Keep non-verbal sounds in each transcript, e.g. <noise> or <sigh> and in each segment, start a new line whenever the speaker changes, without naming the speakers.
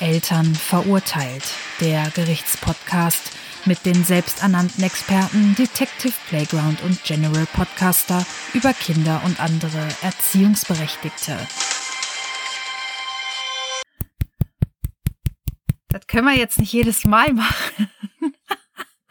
Eltern verurteilt. Der Gerichtspodcast mit den selbsternannten Experten Detective Playground und General Podcaster über Kinder und andere Erziehungsberechtigte. Das können wir jetzt nicht jedes Mal machen.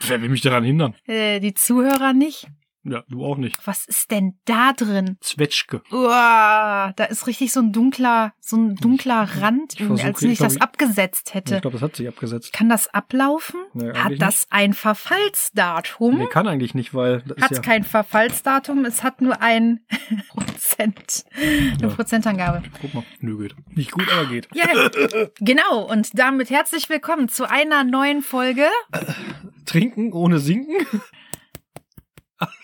Wer will mich daran hindern?
Äh, die Zuhörer nicht.
Ja, du auch nicht.
Was ist denn da drin?
Zwetschge.
Uah, da ist richtig so ein dunkler, so ein dunkler Rand,
ich versuche-
als wenn ich
ich
das
glaube, ich-
abgesetzt hätte.
Ich glaube, das hat sich abgesetzt.
Kann das ablaufen?
Nee,
hat
eigentlich
das ein Verfallsdatum?
Nee, kann eigentlich nicht, weil das
hat
ist ja
Hm? kein Verfallsdatum, es hat nur ein <laughs> Prozent, eine
Ja.
Prozentangabe.
Guck mal. Nö, geht. Nicht gut, aber geht.
Ja,
<laughs>
genau. Und damit herzlich willkommen zu einer neuen Folge.
Trinken ohne sinken?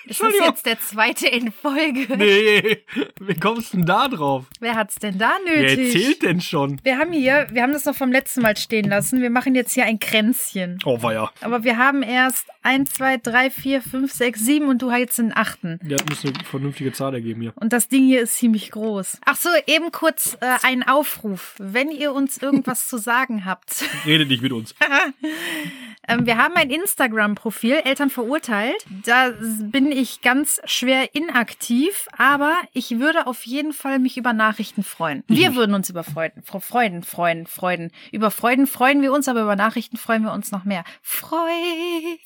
Ist das
Entschuldigung.
jetzt der zweite in Folge?
Nee. Wie kommst du denn da drauf?
Wer hat's denn da
Wer
nötig?
erzählt denn schon?
Wir haben hier, wir haben das noch vom letzten Mal stehen lassen. Wir machen jetzt hier ein Kränzchen.
Oh, war ja.
Aber wir haben erst 1, 2, 3, 4, 5, 6, 7 und du hast jetzt den achten.
Der muss eine vernünftige Zahl ergeben hier.
Und das Ding hier ist ziemlich groß. Ach so, eben kurz äh, ein Aufruf. Wenn ihr uns irgendwas zu sagen habt.
Rede nicht mit uns.
Ähm, wir haben ein Instagram-Profil, Eltern verurteilt. Da s- bin ich ganz schwer inaktiv, aber ich würde auf jeden Fall mich über Nachrichten freuen. Wir würden uns über Freuden, Fre- Freuden, Freuden, Freuden. Über Freuden freuen wir uns, aber über Nachrichten freuen wir uns noch mehr. Freu,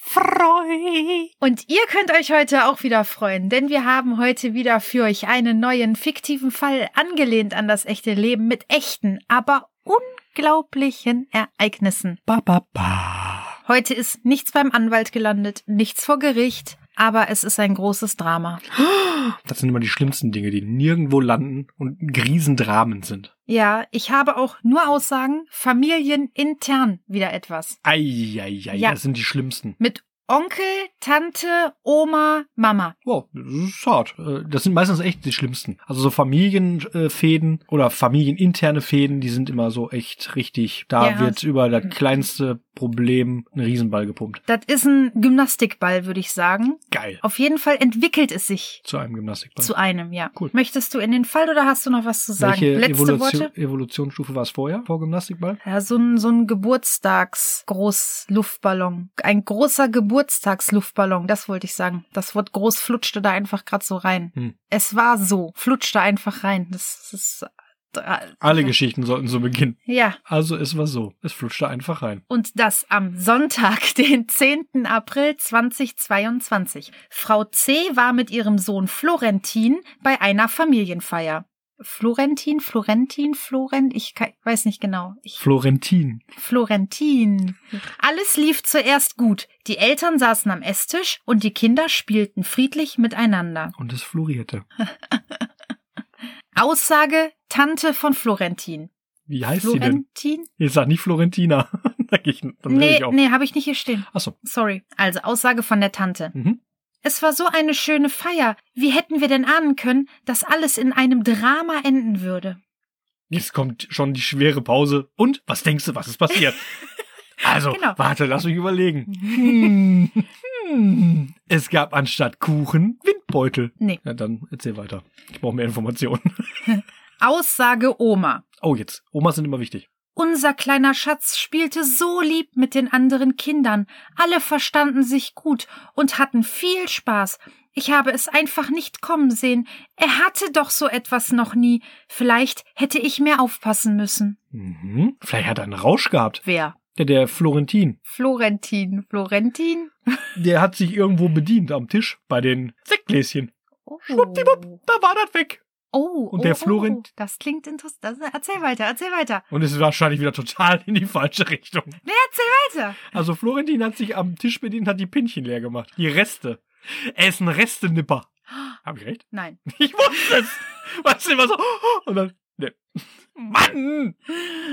freu. Und ihr könnt euch heute auch wieder freuen, denn wir haben heute wieder für euch einen neuen fiktiven Fall angelehnt an das echte Leben mit echten, aber unglaublichen Ereignissen.
Ba, ba, ba.
Heute ist nichts beim Anwalt gelandet, nichts vor Gericht, aber es ist ein großes Drama.
Das sind immer die schlimmsten Dinge, die nirgendwo landen und Riesendramen sind.
Ja, ich habe auch nur Aussagen, familienintern wieder etwas.
Eieiei,
Ja.
das sind die schlimmsten.
Mit Onkel, Tante, Oma, Mama.
Wow, das ist hart. Äh, Das sind meistens echt die schlimmsten. Also so Familienfäden oder familieninterne Fäden, die sind immer so echt richtig. Da
Ja.
wird über das kleinste Problem ein Riesenball gepumpt.
Das ist ein Gymnastikball, würde ich sagen.
Geil.
Auf jeden Fall entwickelt es sich
Zu einem Gymnastikball.
zu einem, ja.
Cool.
Möchtest du in den Fall oder hast du noch was zu sagen?
Welche
Letzte
Evolution,
Worte?
Evolutionsstufe war es vorher, vor Gymnastikball?
Ja, so ein, so ein Geburtstags-Großluftballon. Ein großer Geburtstagsluftballon, das wollte ich sagen. Das Wort groß flutschte da einfach gerade so rein.
Hm.
Es war so, flutschte einfach rein. Das ist. äh,
Alle Geschichten sollten so beginnen.
Ja.
Also es war so. Es flutschte einfach rein.
Und das am Sonntag, <laughs> den 10. April 2022. Frau C. war mit ihrem Sohn Florentin bei einer Familienfeier. Florentin, Florentin, Florent, ich kann, weiß nicht genau. Ich
Florentin.
Florentin. Alles lief zuerst gut. Die Eltern saßen am Esstisch und die Kinder spielten friedlich miteinander.
Und es florierte.
Aussage Tante von Florentin.
Wie heißt sie denn?
Florentin?
Ich sag nicht Florentina. <laughs> Sag ich, dann höre
Nee,
ich auf.
nee, habe ich nicht hier stehen.
Achso.
Sorry. Also Aussage von der Tante.
Mhm.
Es war so eine schöne Feier. Wie hätten wir denn ahnen können, dass alles in einem Drama enden
<laughs>
würde?
Jetzt kommt schon die schwere Pause. Und was denkst du, was ist passiert? Also,
Genau.
warte, lass mich überlegen. Hm. Hm. Es gab anstatt Kuchen Windbeutel.
Nee.
Ja, dann erzähl weiter. Ich brauche mehr Informationen. <laughs>
Aussage Oma.
Oh, jetzt. Omas sind immer wichtig.
Unser kleiner Schatz spielte so lieb mit den anderen Kindern. Alle verstanden sich gut und hatten viel Spaß. Ich habe es einfach nicht kommen sehen. Er hatte doch so etwas noch nie. Vielleicht hätte ich mehr aufpassen müssen.
Mhm. Vielleicht hat er einen Rausch gehabt.
Wer?
Der, der Florentin.
Florentin. Florentin?
Der hat sich irgendwo bedient am Tisch bei den Sektgläschen.
Oh.
Schwuppdiwupp. Da war das weg.
Oh,
Und
oh,
der
oh,
Florent-
Oh. Das klingt interessant. Das- Erzähl weiter, erzähl weiter.
Und es ist wahrscheinlich wieder total in die falsche Richtung.
Nee, erzähl weiter.
Also Florentin hat sich am Tisch bedient, hat die Pinnchen leer gemacht. Die Reste. Er ist ein Restenipper. Hab ich recht?
Nein.
Ich wusste es. Weißt du, immer so. Und dann. Ne. Mann!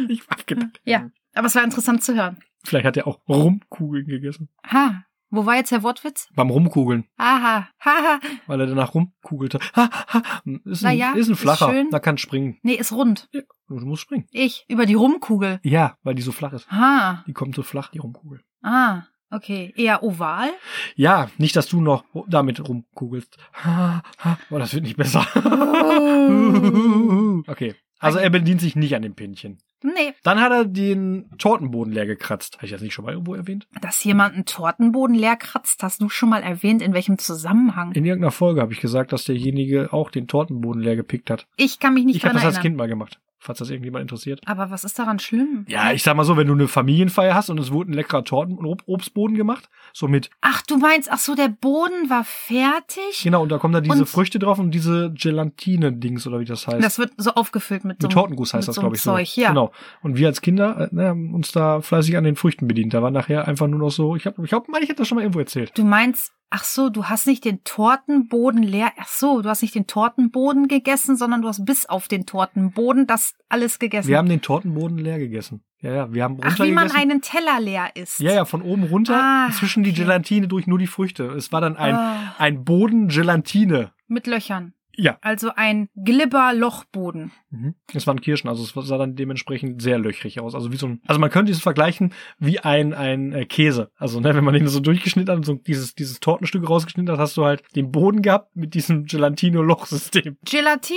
Ich hab gedacht.
Ja. Aber es war interessant zu hören.
Vielleicht hat er auch Rumkugeln gegessen.
Ha. Wo war jetzt der Wortwitz?
Beim Rumkugeln,
Aha. Haha.
weil er danach rumkugelte. Ha, ha, ist,
Na
ein,
ja,
ist ein
ist
flacher.
schön.
da kann springen.
Nee, ist rund.
Du musst springen.
Ich. Über die Rumkugel.
Ja, weil die so flach ist.
Ha.
Die kommt so flach, die Rumkugel.
Ah. Okay. Eher
<laughs>
oval?
Ja, nicht, dass du noch damit
<laughs>
rumkugelst. Ha, ha. Oh, das wird nicht besser.
Oh.
okay. Also er bedient sich nicht an dem Pinnchen.
Nee,
Dann hat er den Tortenboden leer gekratzt. Habe ich das nicht schon mal irgendwo erwähnt?
dass jemand einen Tortenboden leer kratzt, hast du schon mal erwähnt, in welchem Zusammenhang.
In irgendeiner Folge habe ich gesagt, dass derjenige auch den Tortenboden leer gepickt hat.
Ich kann mich nicht
Ich habe
dran
das als
erinnern.
Kind mal gemacht, falls das irgendjemand interessiert.
Aber was ist daran schlimm?
Ja, ich sag mal so, wenn du eine Familienfeier hast und es wurde ein leckerer Torten- und Ob Obstboden gemacht, so mit,
Ach, du meinst, ach so, der Boden war fertig?
genau, und da kommen da diese
Und-
Früchte drauf und diese Gelatine-Dings oder wie das heißt.
Das wird so aufgefüllt mit so
mit Tortenguss heißt
mit
das,
so einem
glaube ich,
Zeug,
so.
ja.
Genau. Und wir als Kinder äh, ne, haben uns da fleißig an den Früchten bedient. Da war nachher einfach nur noch so, ich habe, ich hab, meine, ich hätte das schon mal irgendwo erzählt.
Du meinst, ach so, du hast nicht den Tortenboden leer, ach so, du hast nicht den Tortenboden gegessen, sondern du hast bis auf den Tortenboden das alles gegessen.
Wir haben den Tortenboden leer gegessen. Ja, ja, wir haben
ach, wie
runtergegessen.
man einen Teller leer isst.
ja, ja, von oben runter,
Ah,
zwischen die
okay.
Gelatine durch nur die Früchte. Es war dann ein,
Ah,
ein Boden Gelatine.
mit Löchern.
Ja.
Also ein Glibber-Lochboden.
Mhm. Es waren Kirschen, also es sah dann dementsprechend sehr löchrig aus. Also wie so ein, also man könnte es vergleichen wie ein, ein äh, Käse. Also ne, wenn man den so durchgeschnitten hat, und so dieses, dieses Tortenstück rausgeschnitten hat, hast du halt den Boden gehabt mit diesem Gelatino-Loch-System.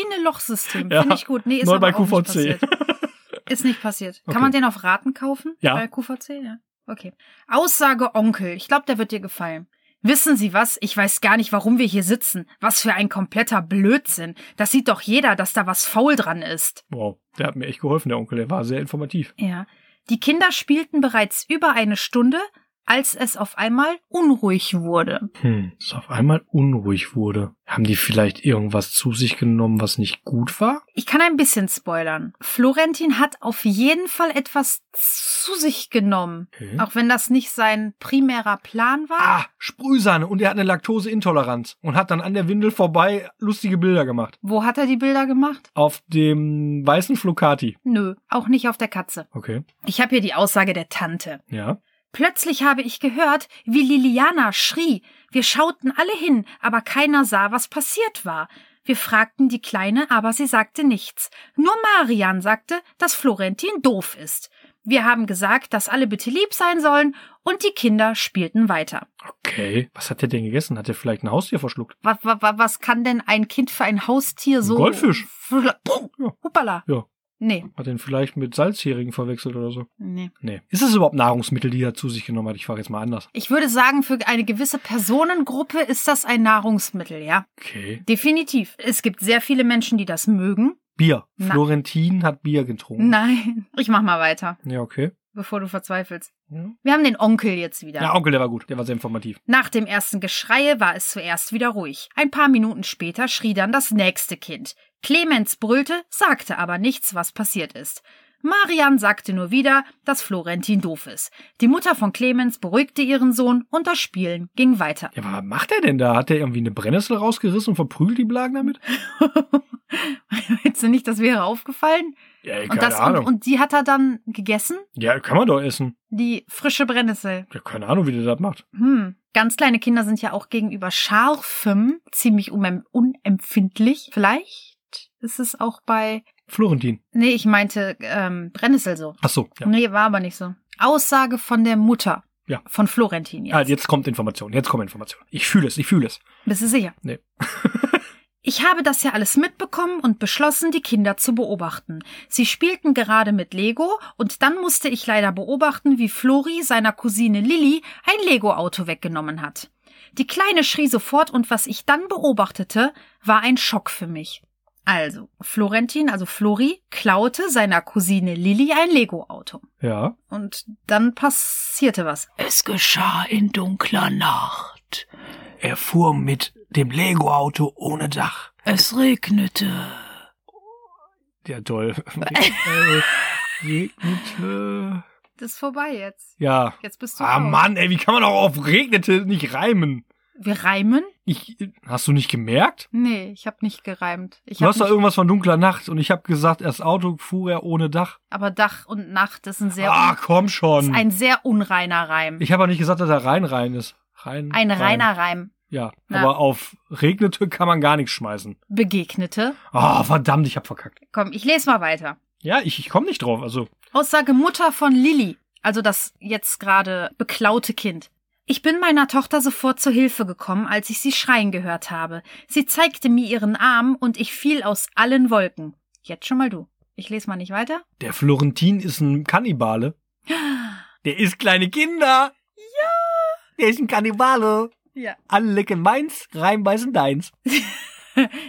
Gelatine-Lochsystem,
Ja.
finde ich gut. Nee, ist
Neu
aber
bei
auch nicht
QVC.
passiert. Ist nicht
<laughs>
passiert.
Okay.
Kann man den auf Raten kaufen?
Ja.
Bei QVC, ja. Okay. Aussage Onkel. Ich glaube, der wird dir gefallen. Wissen Sie was? Ich weiß gar nicht, warum wir hier sitzen. Was für ein kompletter Blödsinn. Das sieht doch jeder, dass da was faul dran ist.
<laughs> Wow, der hat mir echt geholfen, der Onkel. Der war sehr informativ.
Ja. Die Kinder spielten bereits über eine Stunde, als es auf einmal unruhig wurde.
Hm, dass auf einmal unruhig wurde. Haben die vielleicht irgendwas zu sich genommen, was nicht gut war?
Ich kann ein bisschen spoilern. Florentin hat auf jeden Fall etwas zu sich genommen.
Okay.
Auch wenn das nicht sein primärer Plan war.
Ah, Sprühsahne und er hat eine Laktoseintoleranz und hat dann an der Windel vorbei lustige Bilder gemacht.
Wo hat er die Bilder gemacht?
Auf dem weißen Flocati.
Nö, auch nicht auf der Katze.
Okay.
Ich habe hier die Aussage der Tante.
Ja.
Plötzlich habe ich gehört, wie Liliana schrie. Wir schauten alle hin, aber keiner sah, was passiert war. Wir fragten die Kleine, aber sie sagte nichts. Nur Marian sagte, dass Florentin doof ist. Wir haben gesagt, dass alle bitte lieb sein sollen, und die Kinder spielten weiter.
Okay. Was hat der denn gegessen? Hat der vielleicht ein Haustier verschluckt?
Was, was, was kann denn ein Kind für ein Haustier so.
Goldfisch. Ja.
Hoppala.
Ja.
Nee,
Hat den vielleicht mit Salzheringen verwechselt oder so?
nee.
Nee. Ist es überhaupt Nahrungsmittel, die er zu sich genommen hat? Ich frage jetzt mal anders.
Ich würde sagen, für eine gewisse Personengruppe ist das ein Nahrungsmittel, ja.
Okay.
Definitiv. Es gibt sehr viele Menschen, die das mögen.
Bier.
Na-
Florentin hat Bier getrunken.
Nein. <laughs> Ich mach mal weiter,
Ja, okay.
bevor du verzweifelst.
Ja.
Wir haben den Onkel jetzt wieder.
Ja, Onkel, der war gut. Der war sehr informativ.
Nach dem ersten Geschreie war es zuerst wieder ruhig. Ein paar Minuten später schrie dann das nächste Kind. Clemens brüllte, sagte aber nichts, was passiert ist. Marian sagte nur wieder, dass Florentin doof ist. Die Mutter von Clemens beruhigte ihren Sohn und das Spielen ging weiter. <laughs>
Ja, aber was macht er denn da? Hat er irgendwie eine Brennnessel rausgerissen und verprügelt die Blagen damit?
Meinst du nicht, das wäre aufgefallen?
Ja, ey,
Und, das, und, und die hat er dann gegessen?
ja, kann man doch essen.
Die frische Brennnessel.
Ja, keine Ahnung, wie der das macht.
Hm. Ganz kleine Kinder sind ja auch gegenüber scharfem ziemlich unmem- unempfindlich. Vielleicht ist es auch bei.
Florentin.
Nee, ich meinte ähm, Brennnessel so.
Ach so, ja.
Nee, war aber nicht so. Aussage von der Mutter.
Ja.
Von Florentin jetzt.
Ah, jetzt kommt Information, jetzt kommt Information. Ich fühle es, ich fühle es.
Bist du sicher?
Nee.
<laughs> Ich habe das ja alles mitbekommen und beschlossen, die Kinder zu beobachten. Sie spielten gerade mit Lego und dann musste ich leider beobachten, wie Flori seiner Cousine Lilly ein Lego-Auto weggenommen hat. Die Kleine schrie sofort und was ich dann beobachtete, war ein Schock für mich. Also, Florentin, also Flori, klaute seiner Cousine Lilly ein Lego-Auto.
Ja.
Und dann passierte was.
Es geschah in dunkler Nacht. Er fuhr mit dem Lego-Auto ohne Dach. Es regnete.
Ja,
<laughs>
toll. <laughs> Äh, Regnete.
Das ist vorbei jetzt.
Ja.
Jetzt bist du
Ah,
raus.
Mann, ey, wie kann man auch auf regnete nicht reimen?
Wir reimen?
Ich, hast du nicht gemerkt?
Nee, ich habe nicht gereimt. Ich
Du
hab
hast da
nicht,
irgendwas von dunkler Nacht und ich habe gesagt, erst Auto fuhr er ohne Dach.
aber Dach und Nacht ist ein sehr
ah, komm
un- ist
schon.
ein sehr unreiner Reim.
Ich habe auch nicht gesagt, dass er rein rein ist. Rein.
ein
rein.
reiner Reim
Ja,
Na.
aber auf regnete kann man gar nichts schmeißen.
begegnete.
Ah, verdammt, ich hab verkackt.
Komm, ich lese mal weiter.
Ja, ich, ich komme nicht drauf. Also,
Aussage Mutter von Lilly, also das jetzt gerade beklaute Kind. Ich bin meiner Tochter sofort zur Hilfe gekommen, als ich sie schreien gehört habe. Sie zeigte mir ihren Arm und ich fiel aus allen Wolken. Jetzt schon mal du. Ich lese mal nicht weiter.
Der Florentin ist ein Kannibale.
<gasps>
Der isst kleine Kinder. Ja. Der ist ein Kannibale.
Ja.
Alle lecken meins, reinbeißen deins.
<laughs>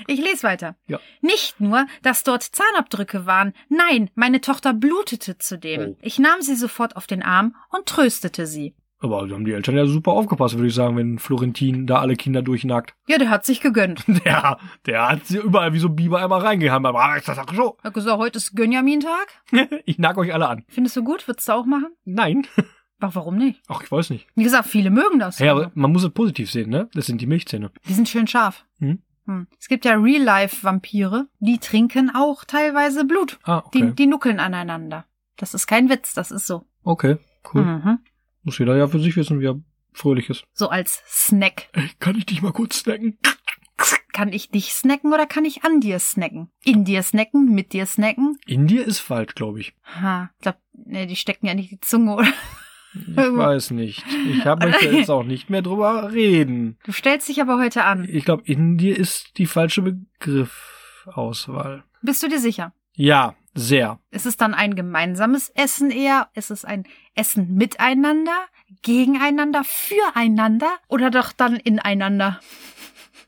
Ich lese weiter.
Ja.
Nicht nur, dass dort Zahnabdrücke waren, nein, meine Tochter blutete zudem.
Oh.
Ich nahm sie sofort auf den Arm und tröstete sie.
Aber da haben die Eltern ja super aufgepasst, würde ich sagen, wenn Florentin da alle Kinder durchnackt. <laughs>
Ja, der hat sich gegönnt.
Der, der hat sie überall wie so ein Biber einmal reingehauen. Aber ich sag so,
Er hat gesagt, heute ist Gönjamin-Tag.
ich nag euch alle an.
Findest du gut? Würdest du auch machen?
Nein.
Ach, warum nicht?
Ach, ich weiß nicht.
Wie gesagt, viele mögen das.
Ja, aber man muss es positiv sehen, ne? Das sind die Milchzähne.
Die sind schön scharf.
Hm?
Hm. Es gibt ja Real-Life-Vampire, die trinken auch teilweise Blut.
Ah,
Die,
okay.
die nuckeln aneinander. Das ist kein Witz, das ist so.
Okay, cool.
Mhm.
Muss jeder ja für sich wissen, wie er fröhlich ist.
So als Snack.
Ey, kann ich dich mal kurz snacken?
Kann ich dich snacken oder kann ich an dir snacken? In dir snacken, mit dir snacken?
In dir ist Wald, glaube ich.
Ha, ich glaub, nee, die stecken ja nicht die Zunge, <laughs> oder?
Ich weiß nicht. Ich hab, <laughs> möchte jetzt auch nicht mehr drüber reden.
Du stellst dich aber heute an.
Ich glaube, in dir ist die falsche Begriffauswahl.
Bist du dir sicher?
Ja, sehr.
Ist es dann ein gemeinsames Essen eher? Ist es ein Essen miteinander, gegeneinander, füreinander oder doch dann ineinander?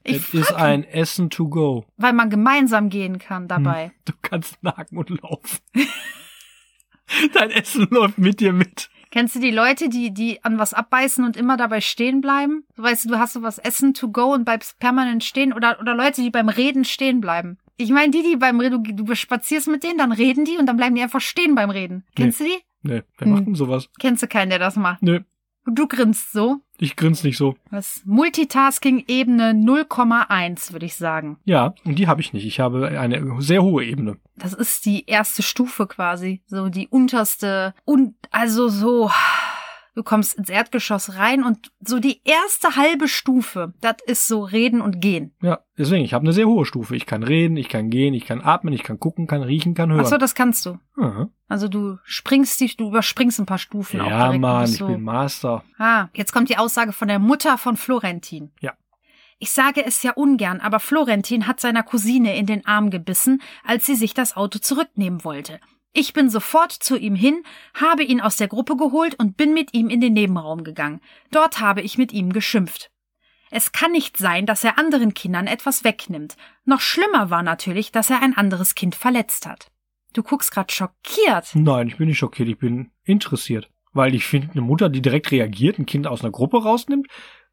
Ich
es ist ein Essen to go.
weil man gemeinsam gehen kann dabei.
Du kannst nagen und <laughs> laufen. Dein Essen läuft mit dir mit.
Kennst du die Leute, die, die an was abbeißen und immer dabei stehen bleiben? So, Weißt du, du hast so was Essen to go und bleibst permanent stehen oder, oder Leute, die beim Reden stehen bleiben. Ich meine, die, die beim Reden, du, du spazierst mit denen, dann reden die und dann bleiben die einfach stehen beim Reden. Kennst du die?
Nee, wer
Hm.
macht denn sowas?
Kennst du keinen, der das macht?
Nee,
Du grinst so.
ich grinse nicht so.
Das ist Multitasking-Ebene 0,1, würde ich sagen.
Ja, und die habe ich nicht. Ich habe eine sehr hohe Ebene.
Das ist die erste Stufe quasi, so die unterste und also so du kommst ins Erdgeschoss rein und so die erste halbe Stufe, das ist so reden und gehen.
Ja, deswegen, ich habe eine sehr hohe Stufe. Ich kann reden, ich kann gehen, ich kann atmen, ich kann gucken, kann riechen, kann hören.
Ach so, das kannst du.
Aha.
Also du springst die, du überspringst ein paar Stufen auch
Ja,
direkt. Du
Mann,
bist
ich
so,
bin Master.
Ah, jetzt kommt die Aussage von der Mutter von Florentin.
Ja.
Ich sage es ja ungern, aber Florentin hat seiner Cousine in den Arm gebissen, als sie sich das Auto zurücknehmen wollte. Ich bin sofort zu ihm hin, habe ihn aus der Gruppe geholt und bin mit ihm in den Nebenraum gegangen. Dort habe ich mit ihm geschimpft. Es kann nicht sein, dass er anderen Kindern etwas wegnimmt. Noch schlimmer war natürlich, dass er ein anderes Kind verletzt hat. Du guckst grad schockiert.
Nein, ich bin nicht schockiert, ich bin interessiert. Weil ich finde, eine Mutter, die direkt reagiert, ein Kind aus einer Gruppe rausnimmt,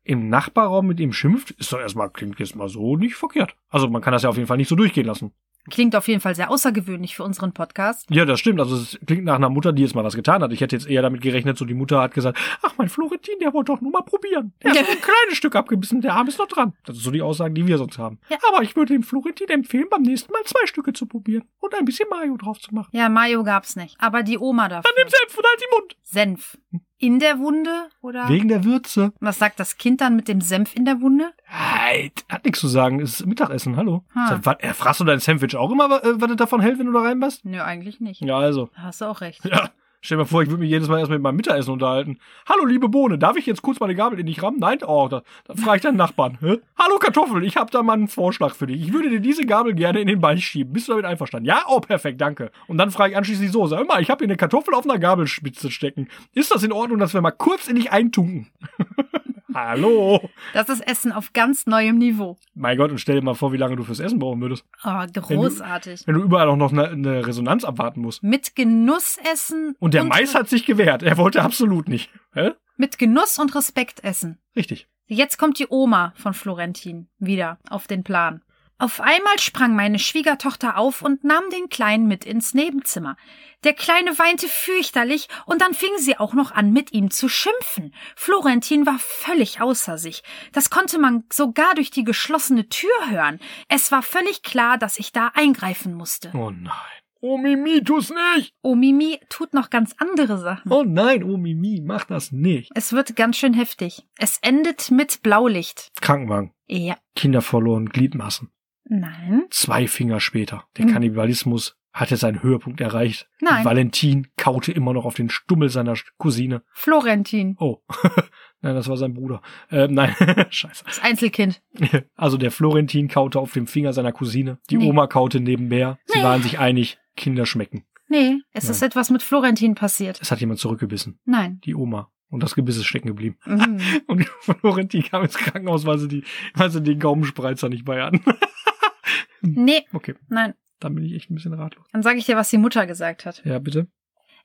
im Nachbarraum mit ihm schimpft, ist doch erstmal, klingt jetzt mal so nicht verkehrt. Also man kann das ja auf jeden Fall nicht so durchgehen lassen.
Klingt auf jeden Fall sehr außergewöhnlich für unseren Podcast.
Ja, das stimmt. Also es klingt nach einer Mutter, die jetzt mal was getan hat. Ich hätte jetzt eher damit gerechnet, so die Mutter hat gesagt, ach mein Florentin, der wollte doch nur mal probieren.
<laughs>
Er hat ein kleines Stück abgebissen, der Arm ist noch dran. Das ist so die Aussagen, die wir sonst haben.
Ja.
Aber ich würde dem Florentin empfehlen, beim nächsten Mal zwei Stücke zu probieren und ein bisschen Mayo drauf zu machen.
Ja, Mayo gab's nicht, aber die Oma dafür.
Dann nimm selbst und halt die Mund.
Senf. In der Wunde oder?
Wegen der Würze.
Was sagt das Kind dann mit dem Senf in der Wunde?
Halt. Hat nichts zu sagen. Es ist Mittagessen. Hallo.
Ha.
Sag, was, äh, Fragst du dein Sandwich auch immer, wa- äh, was du davon hält, wenn du da reinbast?
Nö, eigentlich nicht.
Ja, also.
Da Hast du auch recht.
Ja. Stell dir mal vor, ich würde mich jedes Mal erst mit meinem Mittagessen unterhalten. Hallo, liebe Bohne, darf ich jetzt kurz meine Gabel in dich rammen? Nein? Oh, da, da frage ich deinen Nachbarn. Hä? Hallo, Kartoffel, ich habe da mal einen Vorschlag für dich. Ich würde dir diese Gabel gerne in den Bein schieben. Bist du damit einverstanden? Ja? Oh, perfekt, danke. Und dann frage ich anschließend die Soße. Hör mal, ich habe hier eine Kartoffel auf einer Gabelspitze stecken. Ist das in Ordnung, dass wir mal kurz in dich eintunken? <laughs> Hallo.
Das ist Essen auf ganz neuem Niveau.
Mein Gott, und stell dir mal vor, wie lange du fürs Essen brauchen würdest,
Oh, großartig.
wenn du überall auch noch eine, eine Resonanz abwarten musst.
Mit Genuss essen.
Und der Mais
Re-
hat sich gewehrt. Er wollte absolut nicht. Hä?
Mit Genuss und Respekt essen.
Richtig.
Jetzt kommt die Oma von Florentin wieder auf den Plan. Auf einmal sprang meine Schwiegertochter auf und nahm den Kleinen mit ins Nebenzimmer. Der Kleine weinte fürchterlich und dann fing sie auch noch an, mit ihm zu schimpfen. Florentin war völlig außer sich. Das konnte man sogar durch die geschlossene Tür hören. Es war völlig klar, dass ich da eingreifen musste.
Oh nein. Oh Mimi, tu's nicht!
Oh, Mimi tut noch ganz andere Sachen.
Oh nein, oh Mimi, mach das nicht.
Es wird ganz schön heftig. Es endet mit Blaulicht.
Krankenwagen.
Ja.
Kinder verloren, Gliedmaßen.
Nein.
Zwei Finger später. Der
Mhm.
Kannibalismus hatte seinen Höhepunkt erreicht.
Nein.
Valentin kaute immer noch auf den Stummel seiner Cousine.
Florentin.
Oh. <laughs> nein, das war sein Bruder. Ähm, nein, <laughs> scheiße.
Das Einzelkind.
Also der Florentin kaute auf dem Finger seiner Cousine, die
Nee.
Oma kaute nebenher. Sie waren sich einig, Kinder schmecken.
Nee, es
Nein.
ist etwas mit Florentin passiert.
Es hat jemand zurückgebissen.
Nein.
Die Oma. Und das Gebiss ist stecken geblieben. <laughs>
Mhm.
Und Florentin kam ins Krankenhaus, weil sie, die, weil sie den Gaumenspreizer nicht bei hatten. <laughs>
Nee,
Okay,
nein.
dann bin ich echt ein bisschen ratlos.
Dann sage ich dir, was die Mutter gesagt hat.
Ja, bitte.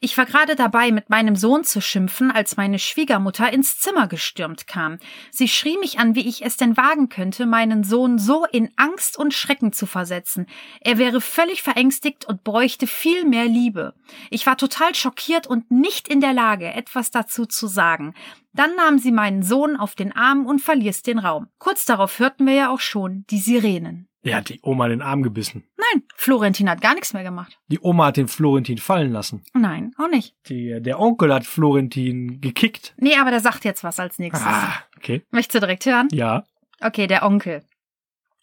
Ich war gerade dabei, mit meinem Sohn zu schimpfen, als meine Schwiegermutter ins Zimmer gestürmt kam. Sie schrie mich an, wie ich es denn wagen könnte, meinen Sohn so in Angst und Schrecken zu versetzen. Er wäre völlig verängstigt und bräuchte viel mehr Liebe. Ich war total schockiert und nicht in der Lage, etwas dazu zu sagen. Dann nahm sie meinen Sohn auf den Arm und verließ den Raum. Kurz darauf hörten wir ja auch schon die Sirenen.
Er hat die Oma den Arm gebissen.
Nein, Florentin hat gar nichts mehr gemacht.
Die Oma hat den Florentin fallen lassen.
Nein, auch nicht.
Die, der Onkel hat Florentin gekickt.
Nee, aber der sagt jetzt was als nächstes.
Ah. okay.
Möchtest du direkt hören?
Ja.
Okay, der Onkel.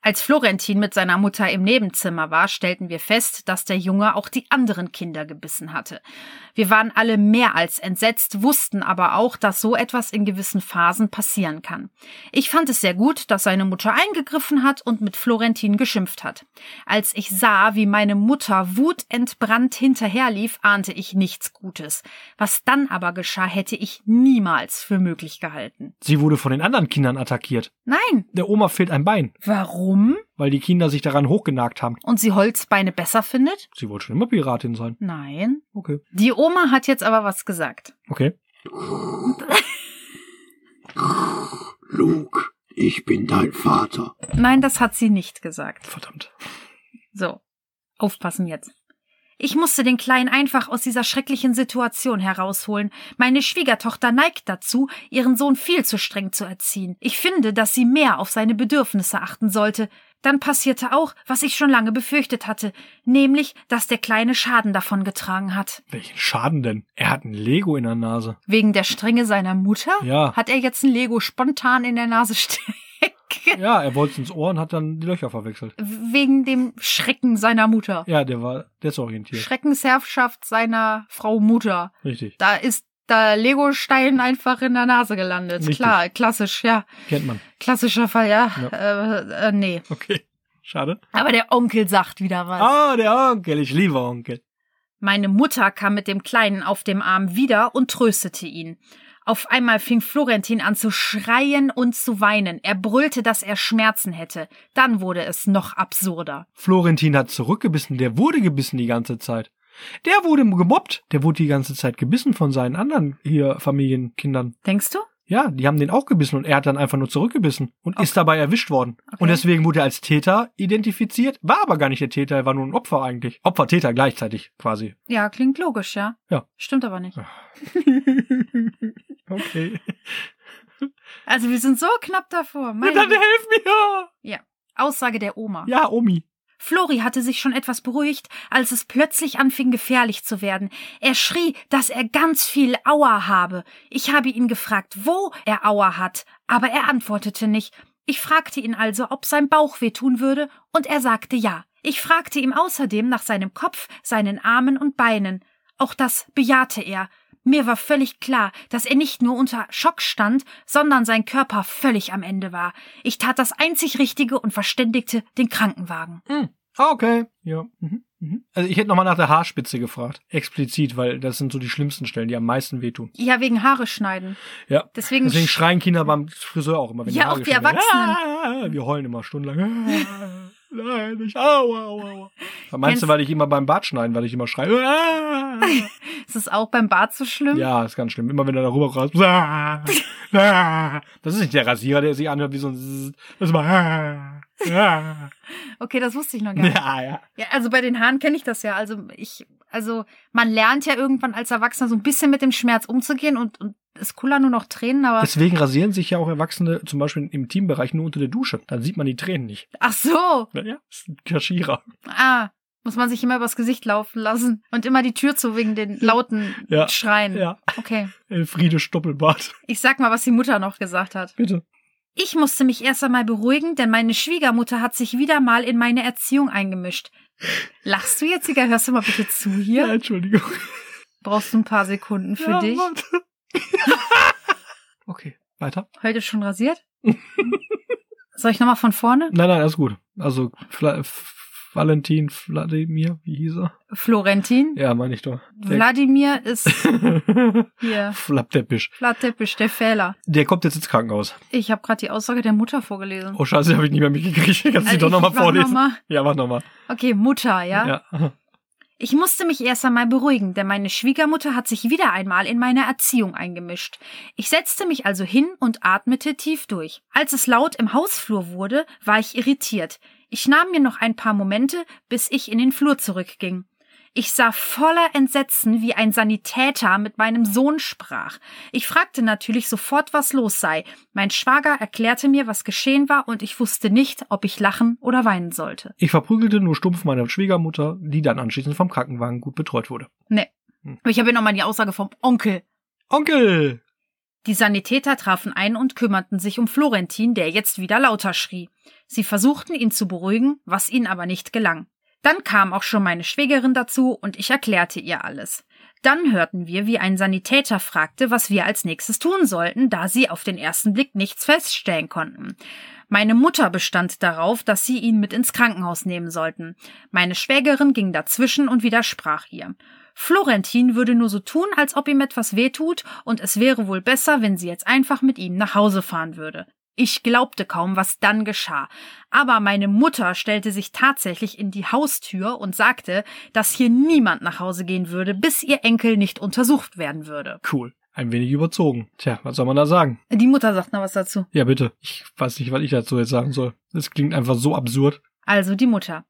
Als Florentin mit seiner Mutter im Nebenzimmer war, stellten wir fest, dass der Junge auch die anderen Kinder gebissen hatte. Wir waren alle mehr als entsetzt, wussten aber auch, dass so etwas in gewissen Phasen passieren kann. Ich fand es sehr gut, dass seine Mutter eingegriffen hat und mit Florentin geschimpft hat. Als ich sah, wie meine Mutter wutentbrannt hinterherlief, ahnte ich nichts Gutes. Was dann aber geschah, hätte ich niemals für möglich gehalten.
Sie wurde von den anderen Kindern attackiert.
Nein.
Der Oma fehlt ein Bein,
Warum?
weil die Kinder sich daran hochgenagt haben.
und sie Holzbeine besser findet?
Sie wollte schon immer Piratin sein.
Nein.
Okay.
Die Oma hat jetzt aber was gesagt.
Okay.
Luke, ich bin dein Vater.
Nein, das hat sie nicht gesagt.
Verdammt.
So, aufpassen jetzt. Ich musste den Kleinen einfach aus dieser schrecklichen Situation herausholen. Meine Schwiegertochter neigt dazu, ihren Sohn viel zu streng zu erziehen. Ich finde, dass sie mehr auf seine Bedürfnisse achten sollte. Dann passierte auch, was ich schon lange befürchtet hatte, nämlich, dass der Kleine Schaden davon getragen hat.
Welchen Schaden denn? Er hat ein Lego in der Nase.
Wegen der Strenge seiner Mutter?
Ja.
Hat er jetzt ein Lego spontan in der Nase stecken?
Ja, er wollte es ins Ohr und hat dann die Löcher verwechselt.
Wegen dem Schrecken seiner Mutter.
Ja, der war desorientiert.
Schreckensherrschaft seiner Frau Mutter.
Richtig.
Da ist der Lego-Stein einfach in der Nase gelandet.
Richtig.
Klar, klassisch, ja.
Kennt man.
Klassischer Fall, ja.
Ja.
Äh, äh, nee.
Okay. Schade.
Aber der Onkel sagt wieder was.
Ah, der Onkel. Ich liebe Onkel.
Meine Mutter kam mit dem Kleinen auf dem Arm wieder und tröstete ihn. Auf einmal fing Florentin an zu schreien und zu weinen. Er brüllte, dass er Schmerzen hätte. Dann wurde es noch absurder.
Florentin hat zurückgebissen. Der wurde gebissen die ganze Zeit. Der wurde gemobbt. Der wurde die ganze Zeit gebissen von seinen anderen hier Familienkindern.
Denkst du?
Ja, die haben den auch gebissen und er hat dann einfach nur zurückgebissen und ist dabei erwischt worden.
Okay.
Und deswegen wurde er als Täter identifiziert, war aber gar nicht der Täter, er war nur ein Opfer eigentlich. Opfer, Täter gleichzeitig quasi.
Ja, klingt logisch, ja.
Ja.
Stimmt aber nicht.
Okay.
Also wir sind so knapp davor.
Meine <laughs> dann
Meine
helf mir!
Aussage der Oma.
Ja, Omi.
Flori hatte sich schon etwas beruhigt, als es plötzlich anfing gefährlich zu werden. Er schrie, dass er ganz viel Auer habe. Ich habe ihn gefragt, wo er Auer hat, aber er antwortete nicht. Ich fragte ihn also, ob sein Bauch wehtun würde, und er sagte ja. Ich fragte ihm außerdem nach seinem Kopf, seinen Armen und Beinen. Auch das bejahte er. Mir war völlig klar, dass er nicht nur unter Schock stand, sondern sein Körper völlig am Ende war. Ich tat das einzig Richtige und verständigte den Krankenwagen.
Ah, okay. Ja. Mhm. Mhm. Also ich hätte nochmal nach der Haarspitze gefragt. Explizit, weil das sind so die schlimmsten Stellen, die am meisten wehtun.
Ja, wegen Haare schneiden.
Ja.
Deswegen,
Deswegen schreien Kinder beim Friseur auch immer, wenn
Ja,
die Haare
auch die
geschnitten werden.
Erwachsenen.
Ah, wir heulen immer stundenlang. Ah, Nein, ich aua, aua, aua. Was Meinst du,
Kennst-
weil ich immer beim Bart schneiden, weil ich immer schreie? Ah.
<laughs> ist es auch beim Bart so schlimm?
Ja, ist ganz schlimm. Immer wenn er darüber rast. Ah, ah. Das ist nicht der Rasierer, der sich anhört wie so ein Zzz. Das ist immer. ah, ah.
Okay, das wusste ich noch gar nicht. Ja.
Ja, ja.
also bei den Haaren kenne ich das ja. Also ich, also man lernt ja irgendwann als Erwachsener so ein bisschen mit dem Schmerz umzugehen und, und es kullern nur noch Tränen, aber
Deswegen rasieren sich ja auch Erwachsene zum Beispiel im Teambereich nur unter der Dusche. Dann sieht man die Tränen nicht.
ach so,
Ja, ist ein Kaschierer.
ah, muss man sich immer übers Gesicht laufen lassen und immer die Tür zu wegen den lauten
Ja.
Schreien.
Ja,
Okay,
Elfriede Stoppelbart.
ich sag mal, was die Mutter noch gesagt hat.
<laughs> Bitte.
Ich musste mich erst einmal beruhigen, denn meine Schwiegermutter hat sich wieder mal in meine Erziehung eingemischt. Lachst du jetzt, Digga? Hörst du mal bitte zu
Ja,
hier?
Entschuldigung.
Brauchst du ein paar Sekunden für
Ja,
dich?
warte. <laughs> okay, weiter.
Heute schon rasiert? <laughs> Soll ich nochmal von vorne?
Nein, nein, alles gut. Also, vielleicht- Valentin Vladimir, wie hieß er?
Florentin.
Ja, meine ich doch. Der
Wladimir ist
<laughs>
hier.
Flappteppich.
Flatteppich, der Fehler.
Der kommt jetzt ins Krankenhaus.
Ich habe gerade die Aussage der Mutter vorgelesen.
Oh scheiße, habe ich nicht mehr mitgekriegt. Kannst du die
Also
doch
ich
nochmal
mach
vorlesen?
nochmal.
Ja, mach nochmal.
Okay, Mutter, ja?
ja.
Ich musste mich erst einmal beruhigen, denn meine Schwiegermutter hat sich wieder einmal in meine Erziehung eingemischt. Ich setzte mich also hin und atmete tief durch. Als es laut im Hausflur wurde, war ich irritiert. Ich nahm mir noch ein paar Momente, bis ich in den Flur zurückging. Ich sah voller Entsetzen, wie ein Sanitäter mit meinem Sohn sprach. Ich fragte natürlich sofort, was los sei. Mein Schwager erklärte mir, was geschehen war, und ich wusste nicht, ob ich lachen oder weinen sollte.
Ich verprügelte nur stumpf meine Schwiegermutter, die dann anschließend vom Krankenwagen gut betreut wurde.
Aber ich habe hier nochmal die Aussage vom Onkel.
Onkel!
Die Sanitäter trafen ein und kümmerten sich um Florentin, der jetzt wieder lauter schrie. Sie versuchten ihn zu beruhigen, was ihnen aber nicht gelang. Dann kam auch schon meine Schwägerin dazu und ich erklärte ihr alles. Dann hörten wir, wie ein Sanitäter fragte, was wir als nächstes tun sollten, da sie auf den ersten Blick nichts feststellen konnten. Meine Mutter bestand darauf, dass sie ihn mit ins Krankenhaus nehmen sollten. Meine Schwägerin ging dazwischen und widersprach ihr. Florentin würde nur so tun, als ob ihm etwas wehtut, und es wäre wohl besser, wenn sie jetzt einfach mit ihm nach Hause fahren würde. Ich glaubte kaum, was dann geschah. Aber meine Mutter stellte sich tatsächlich in die Haustür und sagte, dass hier niemand nach Hause gehen würde, bis ihr Enkel nicht untersucht werden würde.
Cool. Ein wenig überzogen. Tja, was soll man da sagen?
Die Mutter sagt noch was dazu.
Ja, bitte. Ich weiß nicht, was ich dazu jetzt sagen soll. Das klingt einfach so absurd.
Also die Mutter.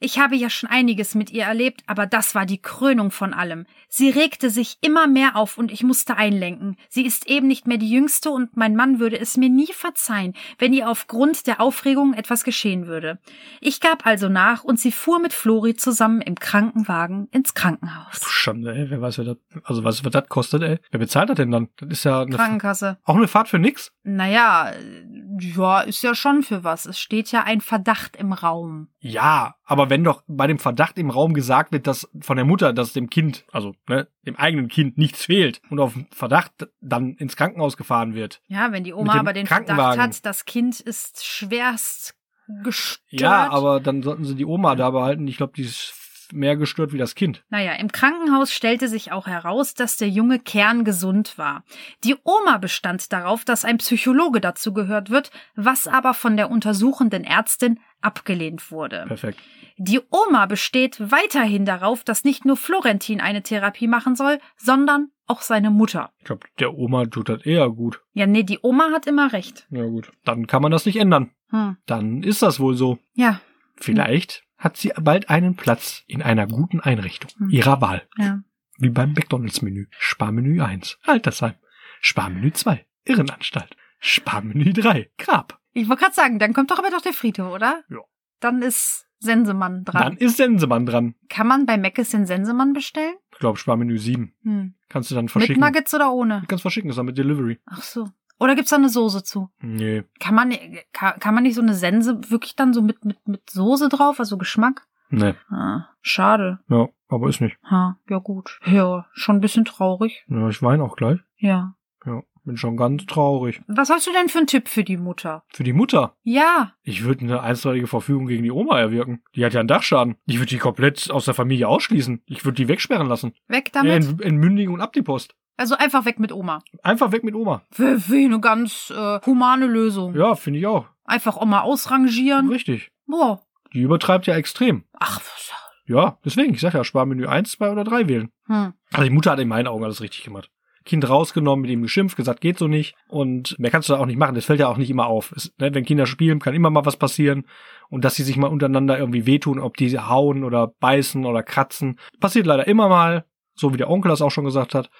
Ich habe ja schon einiges mit ihr erlebt, aber das war die Krönung von allem. Sie regte sich immer mehr auf und ich musste einlenken. Sie ist eben nicht mehr die Jüngste und mein Mann würde es mir nie verzeihen, wenn ihr aufgrund der Aufregung etwas geschehen würde. Ich gab also nach und sie fuhr mit Flori zusammen im Krankenwagen ins
Ach du
Krankenhaus.
Schande, ey. Wer weiß, wer das, also weißt du, was das kostet, ey? Wer bezahlt das denn dann? Das ist ja eine,
Krankenkasse.
auch eine Fahrt für nix?
Naja, äh, ja, ist ja schon für was. Es steht ja ein Verdacht im Raum.
Ja, aber wenn doch bei dem Verdacht im Raum gesagt wird, dass von der Mutter, dass dem Kind, also ne, dem eigenen Kind nichts fehlt und auf den Verdacht dann ins Krankenhaus gefahren wird.
Ja, wenn die
Mit
Oma
dem
aber den Verdacht
Krankenwagen.
hat, das Kind ist schwerst gestört.
Ja, aber dann sollten sie die Oma da behalten. Ich glaube, die ist mehr gestört wie das Kind.
Naja, im Krankenhaus stellte sich auch heraus, dass der Junge kerngesund war. Die Oma bestand darauf, dass ein Psychologe dazu gehört wird, was aber von der untersuchenden Ärztin abgelehnt wurde.
Perfekt.
Die Oma besteht weiterhin darauf, dass nicht nur Florentin eine Therapie machen soll, sondern auch seine Mutter.
Ich glaube, der Oma tut das eher gut.
Ja, nee, die Oma hat immer recht.
Ja gut. Dann kann man das nicht ändern.
Hm.
Dann ist das wohl so.
Ja,
Vielleicht hat sie bald einen Platz in einer guten Einrichtung
Hm.
ihrer Wahl.
ja.
Wie beim McDonalds-Menü. Sparmenü 1, Altersheim. Sparmenü 2, Irrenanstalt. Sparmenü 3, Grab.
Ich wollte gerade sagen, dann kommt doch aber doch der Friedhof, oder?
Ja.
Dann ist Sensemann dran.
Dann ist Sensemann dran.
Kann man bei Meckes den Sensemann bestellen?
Ich glaube, Sparmenü 7.
Hm.
Kannst du dann
Mit
verschicken.
Nuggets oder ohne?
Kannst verschicken, ist dann mit Delivery.
Ach so. Oder gibt's da eine Soße zu?
Nee.
Kann man, kann, kann man nicht so eine Sense wirklich dann so mit, mit, mit Soße drauf, also Geschmack?
Nee.
Ah, schade.
Ja, aber ist nicht.
Ha, ja gut. Ja, schon ein bisschen traurig.
Ja, ich weine auch gleich.
Ja.
Ja, bin schon ganz traurig.
Was hast du denn für einen Tipp für die Mutter?
Für die Mutter.
Ja.
Ich würde eine einstweilige Verfügung gegen die Oma erwirken. Die hat ja einen Dachschaden. Ich würde die komplett aus der Familie ausschließen. Ich würde die wegsperren lassen.
Weg damit.
In, in Mündigen und ab die Post.
Also einfach weg mit Oma.
Einfach weg mit Oma.
Für, für eine ganz äh, humane Lösung.
Ja, Hm. finde ich auch.
Einfach Oma ausrangieren.
Richtig.
Boah.
Die übertreibt ja extrem.
Ach, was.
Ja, deswegen. Ich sag ja, Sparmenü 1, 2 oder 3 wählen.
Hm.
Also die Mutter hat in meinen Augen alles richtig gemacht. Kind rausgenommen, mit ihm geschimpft, gesagt, geht so nicht. Und mehr kannst du da auch nicht machen. Das fällt ja auch nicht immer auf. Es, ne, wenn Kinder spielen, kann immer mal was passieren. Und dass sie sich mal untereinander irgendwie wehtun, ob die hauen oder beißen oder kratzen. Passiert leider immer mal. So wie der Onkel das auch schon gesagt hat.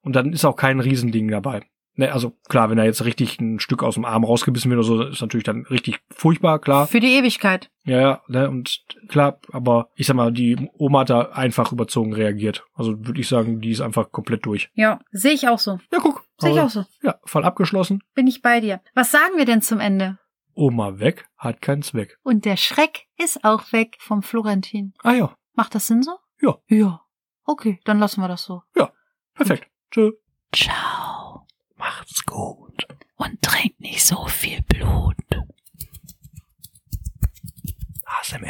Und dann ist auch kein Riesending dabei. Ne, also klar, wenn er jetzt richtig ein Stück aus dem Arm rausgebissen wird oder so, ist natürlich dann richtig furchtbar, klar.
Für die Ewigkeit.
Ja, ja, ne, und klar, aber ich sag mal, die Oma hat da einfach überzogen reagiert. Also würde ich sagen, die ist einfach komplett durch.
Ja, sehe ich auch so.
Ja, guck.
Sehe ich
Aber-
auch so.
Ja, Fall abgeschlossen.
Bin ich bei dir. Was sagen wir denn zum Ende?
Oma weg, hat keinen Zweck.
Und der Schreck ist auch weg vom Florentin.
Ah ja,
Macht das Sinn so?
Ja.
Ja. Okay, dann lassen wir das so.
perfekt. Tschö.
Ciao. Macht's gut. Und trinkt nicht so viel Blut. ASMR.